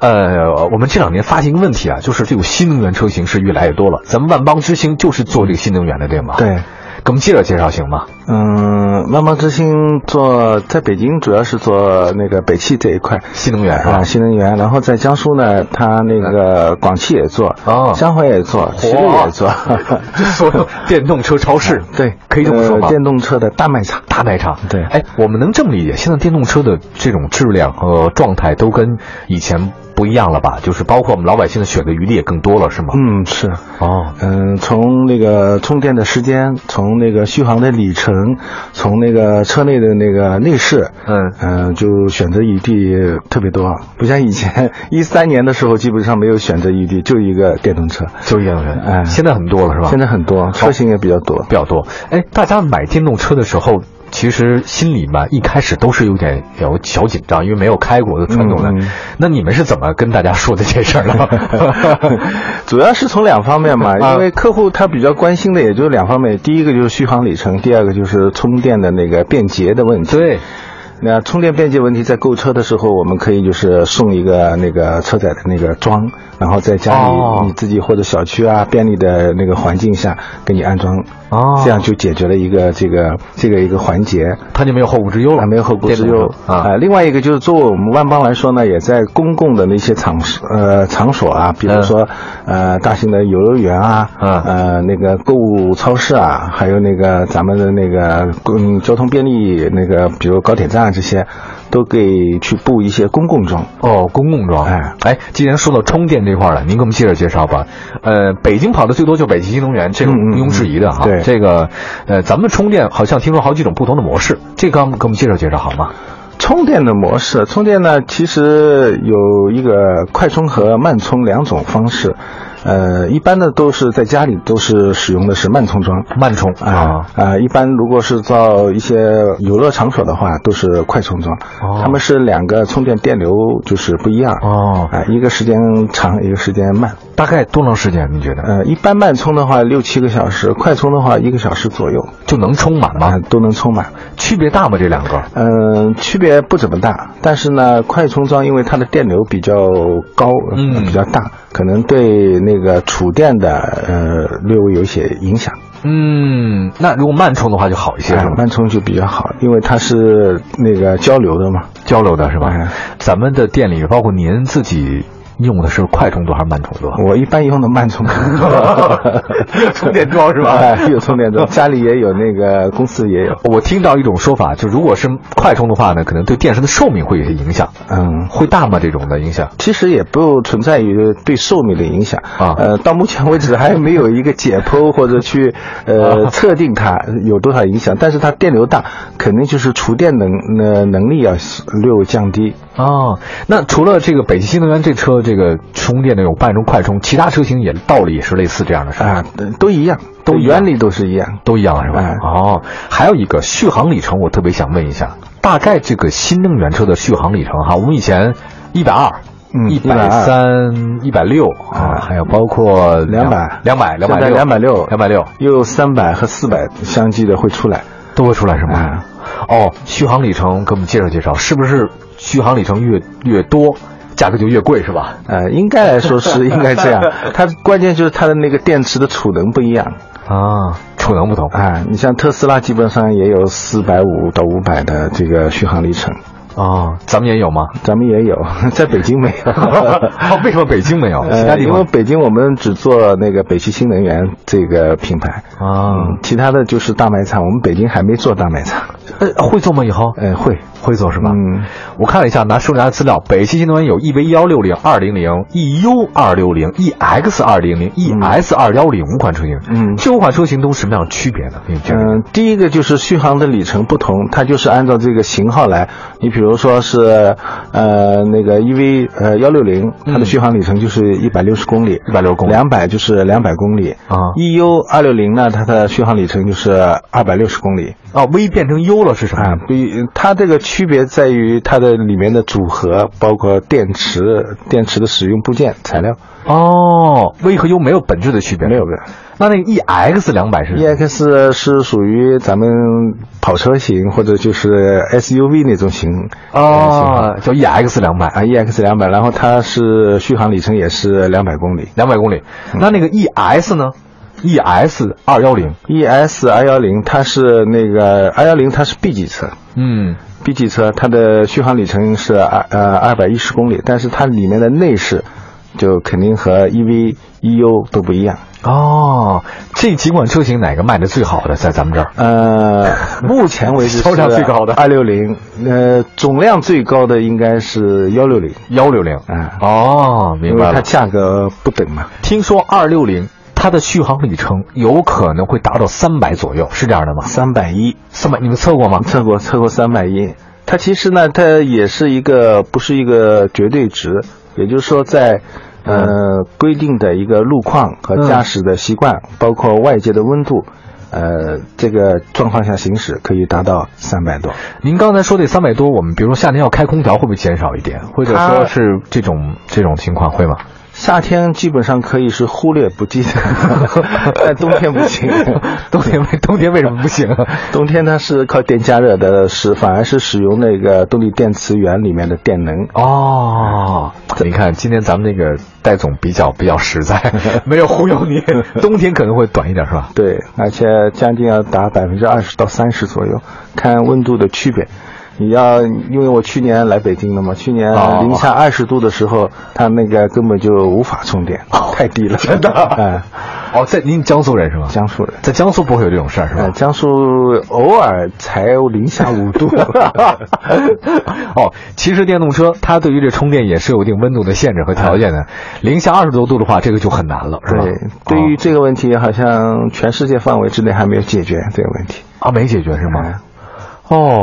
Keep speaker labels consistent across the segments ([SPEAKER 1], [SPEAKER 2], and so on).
[SPEAKER 1] 呃，我们这两年发现一个问题啊，就是这种新能源车型是越来越多了。咱们万邦之星就是做这个新能源的，对吗？。
[SPEAKER 2] 对，
[SPEAKER 1] 给我们介绍介绍行吗？
[SPEAKER 2] 嗯，万邦之星做在北京主要是做那个北汽这一块，
[SPEAKER 1] 新能源是吧
[SPEAKER 2] 啊，？新能源。然后在江苏呢，它那个广汽也做，
[SPEAKER 1] 哎哦
[SPEAKER 2] 江淮也做，吉利也做，
[SPEAKER 1] 就所有电动车超 市，
[SPEAKER 2] 对，
[SPEAKER 1] 可以这么说吧
[SPEAKER 2] 呃？电动车的大卖场。
[SPEAKER 1] 大卖场，
[SPEAKER 2] 对
[SPEAKER 1] 哎，我们能这么理解，现在电动车的这种质量和状态都跟以前不一样了吧？就是包括我们老百姓的选择余地也更多了，是吗？
[SPEAKER 2] 嗯，是。
[SPEAKER 1] 哦，
[SPEAKER 2] 嗯，从那个充电的时间，从那个续航的里程，从那个车内的那个内饰，
[SPEAKER 1] 嗯
[SPEAKER 2] 嗯、就选择余地特别多，不像以前 一三年的时候，基本上没有选择余地，就一个电动车，
[SPEAKER 1] 就一样人，
[SPEAKER 2] 哎
[SPEAKER 1] 现在很多了是吧？
[SPEAKER 2] 现在很多车型也比 较多。
[SPEAKER 1] 比较多。哎，大家买电动车的时候，其实心里嘛一开始都是有点有小紧张，因为没有开过的传统的。
[SPEAKER 2] 嗯嗯
[SPEAKER 1] 那你们是怎么跟大家说的这事儿 呢？
[SPEAKER 2] 主要是从两方面嘛，
[SPEAKER 1] 啊
[SPEAKER 2] 因为客户他比较关心的也就两方面，第一个就是续航里程，第二个就是充电的那个便捷的问 题。
[SPEAKER 1] 对，
[SPEAKER 2] 那充电便捷问题，在购车的时候，我们可以就是送一个那个车载的那个桩，然后在家里
[SPEAKER 1] 哦
[SPEAKER 2] 你自己或者小区啊便利的那个环境下给你安装，
[SPEAKER 1] 哦
[SPEAKER 2] 这样就解决了一个这个这个一个环节。
[SPEAKER 1] 他就没有后顾之忧了，
[SPEAKER 2] 啊，没有后顾之
[SPEAKER 1] 电
[SPEAKER 2] 忧
[SPEAKER 1] 动车啊。
[SPEAKER 2] 呃另外一个就是作为我们万邦来说呢，也在公共的那些场所呃场所啊，比如说、呃大型的游乐园啊，
[SPEAKER 1] 嗯
[SPEAKER 2] 呃那个购物超市啊，还有那个咱们的那个嗯交通便利那个，比如高铁站啊这些，都可以去布一些公共装。
[SPEAKER 1] 哦，公共装。
[SPEAKER 2] 哎
[SPEAKER 1] 哎，既然说到充电这块儿了，您给我们介绍介绍吧。呃，北京跑的最多就北汽新能源，这个
[SPEAKER 2] 嗯嗯
[SPEAKER 1] 毋庸置疑的哈。
[SPEAKER 2] 对
[SPEAKER 1] 这个呃，咱们充电好像听说好几种不同的模式，这个给我们介绍介绍好吗？
[SPEAKER 2] 充电的模式，充电呢其实有一个快充和慢充两种方式。呃，一般的都是在家里都是使用的是慢充桩，
[SPEAKER 1] 慢充
[SPEAKER 2] 啊，啊，一般如果是到一些游乐场所的话，都是快充桩，
[SPEAKER 1] 哦
[SPEAKER 2] 他们是两个充电电流就是不一样。
[SPEAKER 1] 哦，
[SPEAKER 2] 啊，一个时间长，一个时间慢。
[SPEAKER 1] 大概多长时间？您觉得
[SPEAKER 2] 呃，一般慢充的话六七个小时，快充的话一个小时左右
[SPEAKER 1] 就能充满吗
[SPEAKER 2] 啊？，都能充满。
[SPEAKER 1] 区别大吗？这两个？
[SPEAKER 2] 嗯、区别不怎么大，但是呢，快充桩因为它的电流比较高，
[SPEAKER 1] 嗯
[SPEAKER 2] 比较大，可能对那个储电的呃略微有一些影响。
[SPEAKER 1] 嗯，那如果慢充的话就好一些，是
[SPEAKER 2] 啊
[SPEAKER 1] 吗？
[SPEAKER 2] 慢充就比较好，因为它是那个交流的嘛。
[SPEAKER 1] 交流的是吧
[SPEAKER 2] 哎？
[SPEAKER 1] 咱们的店里，包括您自己用的是快充座还是慢充座？
[SPEAKER 2] 我一般用的慢充，
[SPEAKER 1] 充电桩是吧
[SPEAKER 2] 哎有充电桩，家里也有，那个公司也有。
[SPEAKER 1] 我听到一种说法，就如果是快充的话呢，可能对电池的寿命会有些影响，
[SPEAKER 2] 嗯，
[SPEAKER 1] 会大吗？这种的影响？
[SPEAKER 2] 其实也不存在于对寿命的影响
[SPEAKER 1] 啊
[SPEAKER 2] 呃，到目前为止还没有一个解剖或 者去呃测定它有多少影响，但是它电流大，肯定就是储电能呃能力要略微降低。
[SPEAKER 1] 哦，那除了这个北汽新能源这车这个充电的有半充快充，其他车型也道理也是类似这样的事儿，
[SPEAKER 2] 啊、都一样，
[SPEAKER 1] 都一样
[SPEAKER 2] 原理都是一样。
[SPEAKER 1] 都一样是吧？
[SPEAKER 2] 哎
[SPEAKER 1] 哦，还有一个续航里程，我特别想问一下，大概这个新能源车的续航里程哈，我们以前一百二。
[SPEAKER 2] 嗯
[SPEAKER 1] 一百三、一百六啊，还有包括
[SPEAKER 2] 200
[SPEAKER 1] 两百、两
[SPEAKER 2] 现
[SPEAKER 1] 百
[SPEAKER 2] 在
[SPEAKER 1] 六、
[SPEAKER 2] 260
[SPEAKER 1] 两百六，
[SPEAKER 2] 又三百和四百相继的会出来。
[SPEAKER 1] 都会出来是吗？
[SPEAKER 2] 啊
[SPEAKER 1] 哦，续航里程给我们介绍介绍，是不是续航里程越越多，价格就越贵是吧？
[SPEAKER 2] 呃，应该来说是应该 这样，它关键就是它的那个电池的储能不一样
[SPEAKER 1] 啊，储能不同
[SPEAKER 2] 啊。你像特斯拉基本上也有四百五到五百的这个续航里程，
[SPEAKER 1] 啊，咱们也有 吗？
[SPEAKER 2] 咱们也有， 在北京没 有。
[SPEAKER 1] 哦为什么北京没有？其他
[SPEAKER 2] 呃，
[SPEAKER 1] 地
[SPEAKER 2] 因为
[SPEAKER 1] 方
[SPEAKER 2] 北京我们只做那个北汽新能源这个品牌，嗯
[SPEAKER 1] 啊，
[SPEAKER 2] 其他的就是大卖场，我们北京还没做大卖场。
[SPEAKER 1] 呃，会做吗？以后
[SPEAKER 2] 呃，会，
[SPEAKER 1] 会做是吧？
[SPEAKER 2] 嗯，
[SPEAKER 1] 我看了一下，拿手里拿的资料，北汽新能源有 EV 幺六零、二零零、EU 二六零、EX 二零零、ES 二幺零五款车型。
[SPEAKER 2] 嗯
[SPEAKER 1] 这五款车型都是什么样的区别呢？你觉得？
[SPEAKER 2] 嗯，第一个就是续航的里程不同，它就是按照这个型号来。你比如说是，呃，那个 EV 呃幺六零，它的续航里程就是一百六十公里，
[SPEAKER 1] 160公里
[SPEAKER 2] 两百就是两百公里 E
[SPEAKER 1] 啊
[SPEAKER 2] EU 二六零呢，它的续航里程就是二百六十公里。
[SPEAKER 1] 哦，V 变成 U 多了是什么？
[SPEAKER 2] 啊，比它这个区别在于它的里面的组合，包括电池、电池的使用部件、材料，
[SPEAKER 1] 哦，V 和 U 没有本质的区别。
[SPEAKER 2] 没有没有。
[SPEAKER 1] 那那个 EX 两百是
[SPEAKER 2] EX E 是属于咱们跑车型或者就是 SUV 那种型
[SPEAKER 1] 哦，叫 EX 两百，
[SPEAKER 2] 啊，EX 两百，然后它是续航里程也是两百公里。
[SPEAKER 1] 两百公里。
[SPEAKER 2] 嗯
[SPEAKER 1] 那那个 ES 呢？ES 二幺零，
[SPEAKER 2] ES 二 E 幺零它是那个二幺零它是 B 级车
[SPEAKER 1] 嗯，
[SPEAKER 2] ，B 级车它的续航里程是二呃二百一十公里，但是它里面的内饰就肯定和 E EV、EU 都不一样。
[SPEAKER 1] 哦，这几款车型哪个卖的最好的？在咱们这儿，
[SPEAKER 2] 呃，目前为止
[SPEAKER 1] 销量最高的
[SPEAKER 2] 二六零，呃，总量最高的应该是幺六零，
[SPEAKER 1] 幺六零。
[SPEAKER 2] 啊
[SPEAKER 1] 哦，
[SPEAKER 2] 因
[SPEAKER 1] 明
[SPEAKER 2] 为
[SPEAKER 1] 白
[SPEAKER 2] 它
[SPEAKER 1] 了。
[SPEAKER 2] 价格不等嘛。
[SPEAKER 1] 听说二六零它的续航里程有可能会达到三百左右，是这样的吗？
[SPEAKER 2] 三百一，
[SPEAKER 1] 三百，你们测过吗？
[SPEAKER 2] 测过测过三百一，它其实呢，它也是一个不是一个绝对值，也就是说在。呃，规定的一个路况和
[SPEAKER 1] 嗯
[SPEAKER 2] 驾驶的习惯，包括外界的温度，呃，这个状况下行驶可以达到三百多。
[SPEAKER 1] 您刚才说这三百多，我们比如说夏天要开空调，会不会减少一点？或者说
[SPEAKER 2] 它
[SPEAKER 1] 是这种这种情况会吗？
[SPEAKER 2] 夏天基本上可以是忽略不计的， 但冬天不行。
[SPEAKER 1] 冬天为冬天为什么不行？
[SPEAKER 2] 冬天它是靠电加热的，是反而是使用那个动力电池源里面的电能。
[SPEAKER 1] 哦，你看今天咱们那个戴总比较比较实在， 没有忽悠你。冬天可能会短一点是吧？
[SPEAKER 2] 对，而且将近要达百分之二十到三十左右，看温度的区别。你要，因为我去年来北京了嘛，去年
[SPEAKER 1] 哦
[SPEAKER 2] 零下二十度的时候，它那个根本就无法充电，太低了。真的？哎、
[SPEAKER 1] 哦，在您江苏人是吗？
[SPEAKER 2] 江苏人，
[SPEAKER 1] 在江苏不会有这种事儿是吧
[SPEAKER 2] 呃，？江苏偶尔才零下五度。
[SPEAKER 1] 哦，其实电动车它对于这充电也是有一定温度的限制和条件的，零下二十多度的话，这个就很难了，是吧？
[SPEAKER 2] 哎
[SPEAKER 1] 哦
[SPEAKER 2] 对，对于这个问题，好像全世界范围之内还没有解决这个问题。
[SPEAKER 1] 啊，没解决是
[SPEAKER 2] 嗯
[SPEAKER 1] 吗？哦，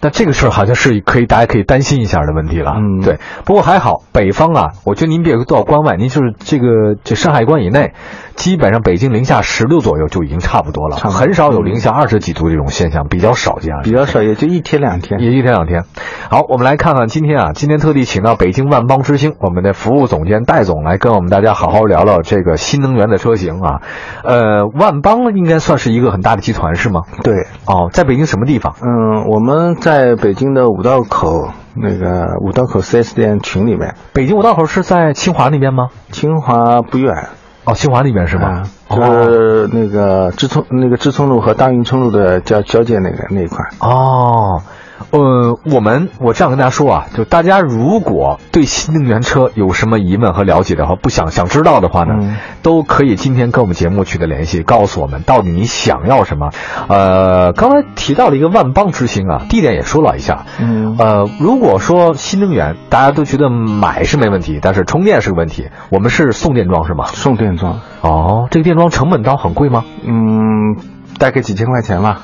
[SPEAKER 1] 那这个事儿好像是可以，大家可以担心一下的问题了。
[SPEAKER 2] 嗯
[SPEAKER 1] 对。不过还好，北方啊，我觉得您别到关外，您就是这个这山海关以内，基本上北京零下十六左右就已经差不多了，
[SPEAKER 2] 差不多
[SPEAKER 1] 很少有零下二十几度这种现象，比较少见啊。
[SPEAKER 2] 比较少，也就一天两 天。
[SPEAKER 1] 也一天两天。好，我们来看看今天啊，今天特地请到北京万邦之星我们的服务总监戴总来跟我们大家好好聊聊这个新能源的车型啊。呃，万邦应该算是一个很大的集团是吗？
[SPEAKER 2] 对，
[SPEAKER 1] 哦，在北京什么地方？
[SPEAKER 2] 嗯，我们在北京的五道口那个五道口 4S 店群里面，
[SPEAKER 1] 北京五道口是在清华那边吗？
[SPEAKER 2] 清华不远，
[SPEAKER 1] 哦，清华那边是哦吗
[SPEAKER 2] 啊？，就是那个知聪那个知聪路和大运村路的交交界那个那一块。
[SPEAKER 1] 哦，呃，我们我这样跟大家说啊，就大家如果对新能源车有什么疑问和了解的话，不想想知道的话呢，
[SPEAKER 2] 嗯
[SPEAKER 1] 都可以今天跟我们节目取得联系，告诉我们到底你想要什么。呃，刚才提到了一个万邦之星啊，地点也说了一下。
[SPEAKER 2] 嗯
[SPEAKER 1] 呃，如果说新能源，大家都觉得买是没问题，但是充电是个问题。我们是送电桩是吗？
[SPEAKER 2] 送电桩，
[SPEAKER 1] 哦，这个电桩成本高很贵吗？
[SPEAKER 2] 嗯，大概几千块钱 吧。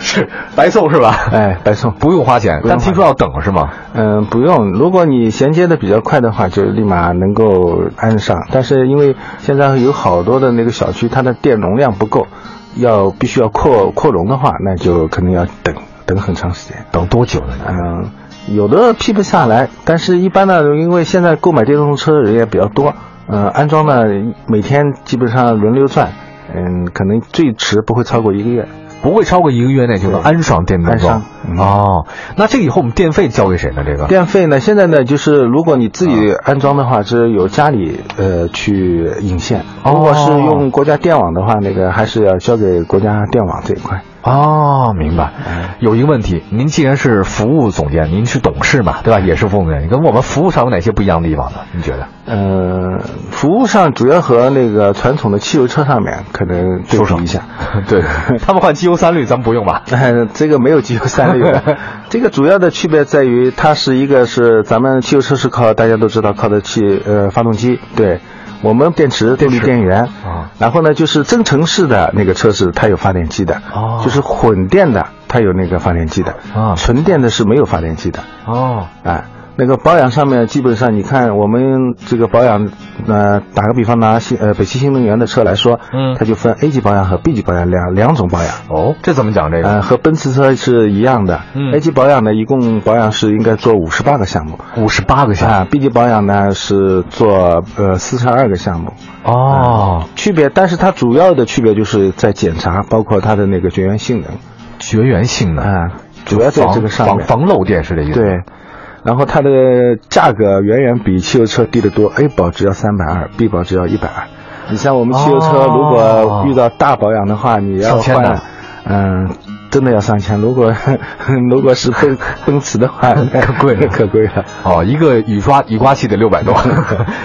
[SPEAKER 1] 是白送是吧？
[SPEAKER 2] 哎，白送。
[SPEAKER 1] 不用花钱，
[SPEAKER 2] 不用花钱
[SPEAKER 1] 但听说要等是吗？
[SPEAKER 2] 嗯，不用。如果你衔接的比较快的话，就立马能够安上。但是因为现在有好多的那个小区，它的电容量不够，要必须要扩扩容的话，那就可能要等等很长时间。
[SPEAKER 1] 等多久呢？
[SPEAKER 2] 嗯，有的批不下来，但是一般呢，因为现在购买电动车的人也比较多，嗯，安装呢每天基本上轮流转，嗯，可能最迟不会超过一个月。
[SPEAKER 1] 不会超过一个月内就能
[SPEAKER 2] 对
[SPEAKER 1] 安上电动桩
[SPEAKER 2] 安上嗯
[SPEAKER 1] 哦。那这个以后我们电费交给谁呢？这个
[SPEAKER 2] 电费呢，现在呢，就是如果你自己安装的话，是由家里呃去引线；
[SPEAKER 1] 哦
[SPEAKER 2] 如果是用国家电网的话，那个还是要交给国家电网这一块。
[SPEAKER 1] 哦，明白
[SPEAKER 2] 嗯。
[SPEAKER 1] 有一个问题，您既然是服务总监，您是董事嘛，
[SPEAKER 2] 嗯
[SPEAKER 1] 对吧？也是服务总监，你跟我们服务上有哪些不一样的地方 呢？你觉得？
[SPEAKER 2] 呃，服务上主要和那个传统的汽油车上面可能对比一下。
[SPEAKER 1] 对 他们换机油三滤，咱们不用吧？
[SPEAKER 2] 哎，这个没有机油三 滤的，这个主要的区别在于，它是一个是咱们汽油车是靠大家都知道靠的汽呃发动机，对我们电池动力电源
[SPEAKER 1] 啊
[SPEAKER 2] 然后呢就是增程式的那个车是它有发电机的，
[SPEAKER 1] 哦
[SPEAKER 2] 就是混电的它有那个发电机的，
[SPEAKER 1] 啊
[SPEAKER 2] 纯电的是没有发电机的，
[SPEAKER 1] 哦，
[SPEAKER 2] 啊，那个保养上面，基本上你看我们这个保养，呃，打个比方拿新呃北汽新能源的车来说，
[SPEAKER 1] 嗯
[SPEAKER 2] 它就分 A 级保养和 B 级保养两两种保养。
[SPEAKER 1] 哦，这怎么讲这个？
[SPEAKER 2] 呃，和奔驰车是一样的。
[SPEAKER 1] 嗯嗯
[SPEAKER 2] A 级保养呢，一共保养是应该做五十八个项目
[SPEAKER 1] 五十八个项目
[SPEAKER 2] 啊，B 级保养呢是做呃四十二个项目。
[SPEAKER 1] 哦，
[SPEAKER 2] 区别，但是它主要的区别就是在检查，包括它的那个绝缘性能
[SPEAKER 1] 绝缘性能，
[SPEAKER 2] 啊，主要在
[SPEAKER 1] 防
[SPEAKER 2] 这个上面。
[SPEAKER 1] 防防漏电是这意思。，
[SPEAKER 2] 对，然后它的价格远远比汽油车低得多，A 保只要三百二，B 保只要一百二。你像我们汽油车，
[SPEAKER 1] 哦
[SPEAKER 2] 如果遇到大保养的话，你要
[SPEAKER 1] 上千
[SPEAKER 2] 换
[SPEAKER 1] 的，
[SPEAKER 2] 嗯。真的要上千，如果 如果是奔奔驰的话，
[SPEAKER 1] 可贵了
[SPEAKER 2] 可贵了。
[SPEAKER 1] 哦，一个雨刷雨刮器得六百 多，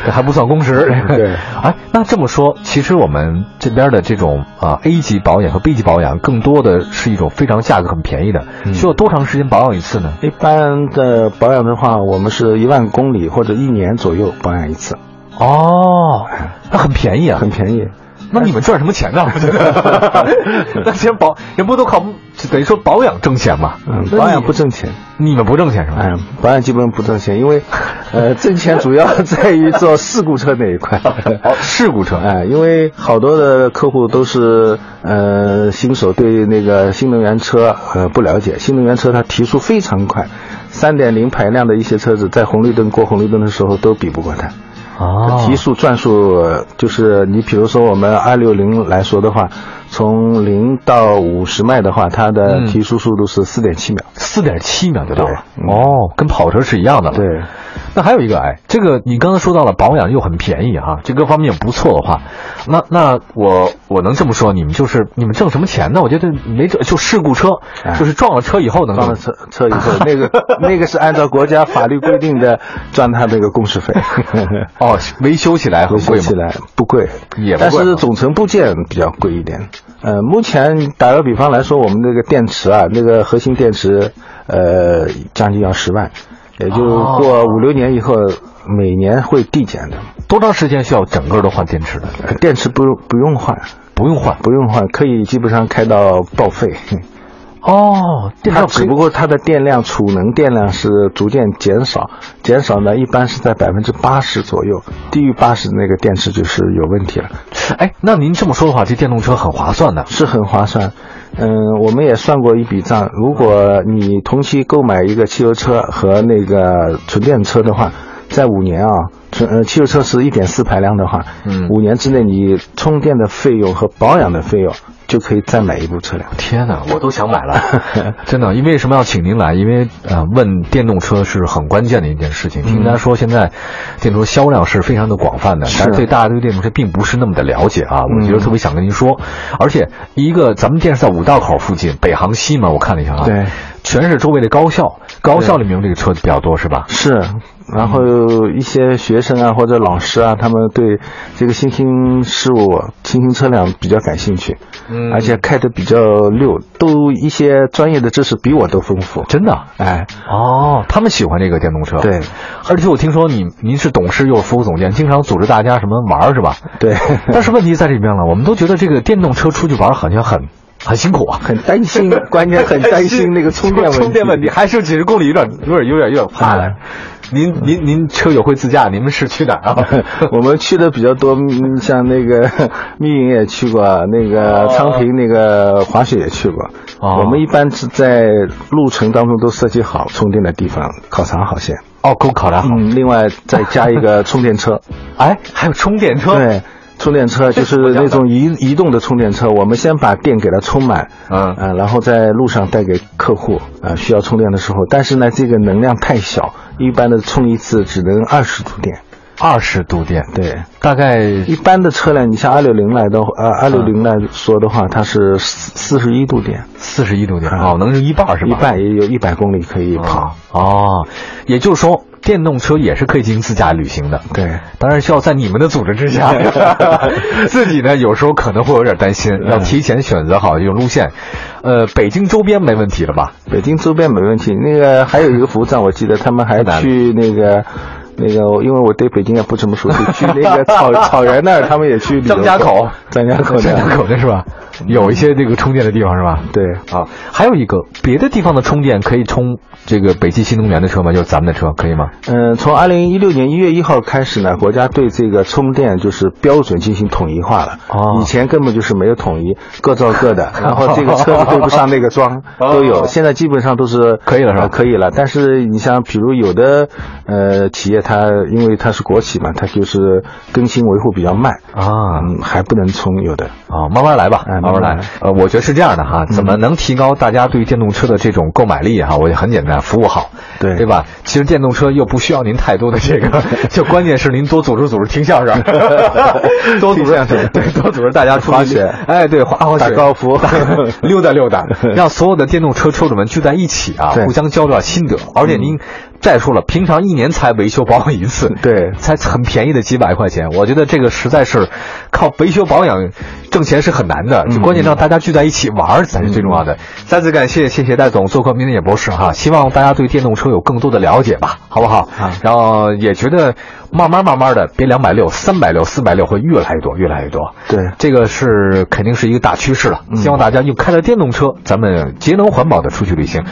[SPEAKER 1] 这还不算工时。
[SPEAKER 2] 对
[SPEAKER 1] 哎，那这么说，其实我们这边的这种啊 A 级保养和 B 级保养，更多的是一种非常价格很便宜的，
[SPEAKER 2] 嗯
[SPEAKER 1] 需要多长时间保养一次呢？
[SPEAKER 2] 一般的保养的话，我们是一万公里或者一年左右保养一次，
[SPEAKER 1] 哦，那很便宜啊，
[SPEAKER 2] 很便宜。
[SPEAKER 1] 那你们赚什么钱呢？ 那钱保人不都靠等于说保养挣钱嘛？
[SPEAKER 2] 嗯，
[SPEAKER 1] 那
[SPEAKER 2] 保养
[SPEAKER 1] 你
[SPEAKER 2] 不，挣钱。
[SPEAKER 1] 你们不挣钱是吧？
[SPEAKER 2] 哎，保养基本不挣钱，因为，呃，挣钱主要在于做事故车那一 块。
[SPEAKER 1] 哦，事故车，
[SPEAKER 2] 哎，因为好多的客户都是呃新手，对那个新能源车呃不了解。新能源车它提速非常快，三点零排量的一些车子在红绿灯过红绿灯的时候都比不过它。
[SPEAKER 1] 哦
[SPEAKER 2] 提速转速呃就是你比如说我们二六零来说的话，从零到五十迈的话，它的
[SPEAKER 1] 嗯
[SPEAKER 2] 提速速度是四点七秒。
[SPEAKER 1] 四点七秒就到了。
[SPEAKER 2] 对嗯
[SPEAKER 1] 哦，跟跑车是一样的。
[SPEAKER 2] 对。
[SPEAKER 1] 那还有一个哎，这个你刚才说到了保养又很便宜哈、这各方面不错的话，那那我我能这么说，你们就是你们挣什么钱呢？我觉得没挣就事故车，
[SPEAKER 2] 哎
[SPEAKER 1] 就是撞了车以后能
[SPEAKER 2] 装了
[SPEAKER 1] 挣。
[SPEAKER 2] 车车以后，那个 那个是按照国家法律规定的赚他那个 工时费，
[SPEAKER 1] 哦，维修起来很贵
[SPEAKER 2] 算
[SPEAKER 1] 吗？
[SPEAKER 2] 起来不贵，
[SPEAKER 1] 也不贵
[SPEAKER 2] 但
[SPEAKER 1] 吗
[SPEAKER 2] 是总成部件比较贵一点。呃，目前打个比方来说，我们那个电池啊，那个核心电池，呃，将近要十万，也就
[SPEAKER 1] 哦
[SPEAKER 2] 过五六年以后，每年会递减的。
[SPEAKER 1] 多长时间需要整个都换电池的？
[SPEAKER 2] 呃电池不用不用换，
[SPEAKER 1] 不用换。
[SPEAKER 2] 不用换，可以基本上开到报废。
[SPEAKER 1] 哦， 电池
[SPEAKER 2] 它
[SPEAKER 1] 要
[SPEAKER 2] 只
[SPEAKER 1] 不
[SPEAKER 2] 不过它的电量储能电量是逐渐减少，减少呢一般是在百分之八十左右，低于八十那个电池就是有问题了，
[SPEAKER 1] 哎，那您这么说的话，这电动车很划算的。
[SPEAKER 2] 是很划算。嗯，我们也算过一笔账，如果你同期购买一个汽油车和那个纯电车的话，在五年啊，纯呃汽油车是一点四排量的话，
[SPEAKER 1] 嗯
[SPEAKER 2] 五年之内你充电的费用和保养的费用就可以再买一部车辆。
[SPEAKER 1] 天哪， 我都想买了， 真的。因为什么要请您来？因为呃，问电动车是很关键的一件事情。听他说，现在电动车销量是非常的广泛的，但是对大家对电动车并不是那么的了解啊。我觉得特别想跟您说，而且一个咱们店是在五道口附近，北航西门，我看了一下啊，
[SPEAKER 2] 对，
[SPEAKER 1] 全是周围的高校，高校里面用这个车比较多是吧？
[SPEAKER 2] 是，然后一些学生啊或者老师啊，他们对这个新兴事物、新兴车辆比较感兴趣，
[SPEAKER 1] 嗯
[SPEAKER 2] 而且开的比较溜，都一些专业的知识比我都丰富。
[SPEAKER 1] 真的。
[SPEAKER 2] 哎，
[SPEAKER 1] 哦，他们喜欢这个电动车。
[SPEAKER 2] 对，
[SPEAKER 1] 而且我听说你您是董事又是服务总监，经常组织大家什么玩儿是吧？
[SPEAKER 2] 对，
[SPEAKER 1] 但是问题在这边了，我们都觉得这个电动车出去玩儿好像很很辛苦啊。
[SPEAKER 2] 很 担心，关键很担心那个充电问题。嗯
[SPEAKER 1] 充电问题，还是几十公里有点有点有点有点怕了。您您您车友会自驾，你们是去哪儿 啊？
[SPEAKER 2] 我们去的比较多，嗯像那个 密云也去过，那个昌平那个滑雪也去过。
[SPEAKER 1] 哦
[SPEAKER 2] 我们一般是在路程当中都设计好充电的地方，考察好先。
[SPEAKER 1] 哦，给我考察好。
[SPEAKER 2] 嗯，另外再加一个充电车，
[SPEAKER 1] 哎，还有充电车。
[SPEAKER 2] 对，充电车就是那种移移动的充电车，我们先把电给它充满，
[SPEAKER 1] 嗯
[SPEAKER 2] 呃然后在路上带给客户，呃，需要充电的时候，但是呢，这个能量太小，一般的充一次只能二十度电，
[SPEAKER 1] 二十度电，
[SPEAKER 2] 对。
[SPEAKER 1] 大概
[SPEAKER 2] 一般的车辆，你像二六零来的，呃，二六
[SPEAKER 1] 啊
[SPEAKER 2] 零来说的话，它是四四十一度电，
[SPEAKER 1] 四十一度电。哦，能是一半儿是吧？
[SPEAKER 2] 嗯一半也有一百公里可以跑
[SPEAKER 1] 跑。。哦，也就是说，电动车也是可以进行自驾旅行的。
[SPEAKER 2] 对，
[SPEAKER 1] 当然需要在你们的组织之下，自己呢有时候可能会有点担心，要提前选择好这种路线。呃，北京周边没问题了吧？
[SPEAKER 2] 北京周边没问题。那个还有一个服务站，我记得他们还
[SPEAKER 1] 在哪里
[SPEAKER 2] 去那个，那个，因为我对北京也不怎么熟悉，去那个草 草原那儿，他们也去旅游过
[SPEAKER 1] 张家口，
[SPEAKER 2] 张家口那
[SPEAKER 1] 张
[SPEAKER 2] 儿
[SPEAKER 1] 家口那是吧？有一些这个充电的地方是吧？
[SPEAKER 2] 对，
[SPEAKER 1] 啊，还有一个别的地方的充电可以充这个北汽新能源的车吗？就是咱们的车可以吗？
[SPEAKER 2] 嗯，从二零一六年一月一号开始呢，国家对这个充电就是标准进行统一化了。
[SPEAKER 1] 哦
[SPEAKER 2] 以前根本就是没有统一，各造各的，然后这个车子对不上那个 桩都有。现在基本上都是
[SPEAKER 1] 可以了是吧
[SPEAKER 2] 呃可以了。但是你像，比如有的呃企业它，因为它是国企嘛，它就是更新维护比较慢，
[SPEAKER 1] 啊
[SPEAKER 2] 嗯，还不能充有的。
[SPEAKER 1] 啊，慢慢来吧，慢慢来
[SPEAKER 2] 哎慢慢来。嗯
[SPEAKER 1] 呃，我觉得是这样的哈，怎么能提高大家对电动车的这种购买力哈？我觉得很简单，服务好，
[SPEAKER 2] 对
[SPEAKER 1] 对吧？其实电动车又不需要您太多的这 个，就关键是您多组织组织听相声，多组
[SPEAKER 2] 听
[SPEAKER 1] 织
[SPEAKER 2] 相声
[SPEAKER 1] 对，多组织大家出去
[SPEAKER 2] 滑雪
[SPEAKER 1] 哎，对，滑滑雪、
[SPEAKER 2] 打高尔夫
[SPEAKER 1] 溜达 溜达，让所有的电动车车主们聚在一起啊，
[SPEAKER 2] 对嗯
[SPEAKER 1] 互相交流心得。而且您再说了，平常一年才维修保养一次，
[SPEAKER 2] 对
[SPEAKER 1] 才很便宜的几百块钱，我觉得这个实在是靠维修保养挣钱是很难的，就关键让大家聚在一起玩儿才是最重要的。再次感谢谢谢戴总做客《明天演播室》哈，希望大家对电动车有更多的了解吧，好不好？
[SPEAKER 2] 啊
[SPEAKER 1] 然后也觉得慢慢慢慢的，别两百六、三百六、四百六会越来越多，越来越多。
[SPEAKER 2] 对
[SPEAKER 1] 这个是肯定是一个大趋势了，希望大家用开了电动车，咱们节能环保的出去旅行。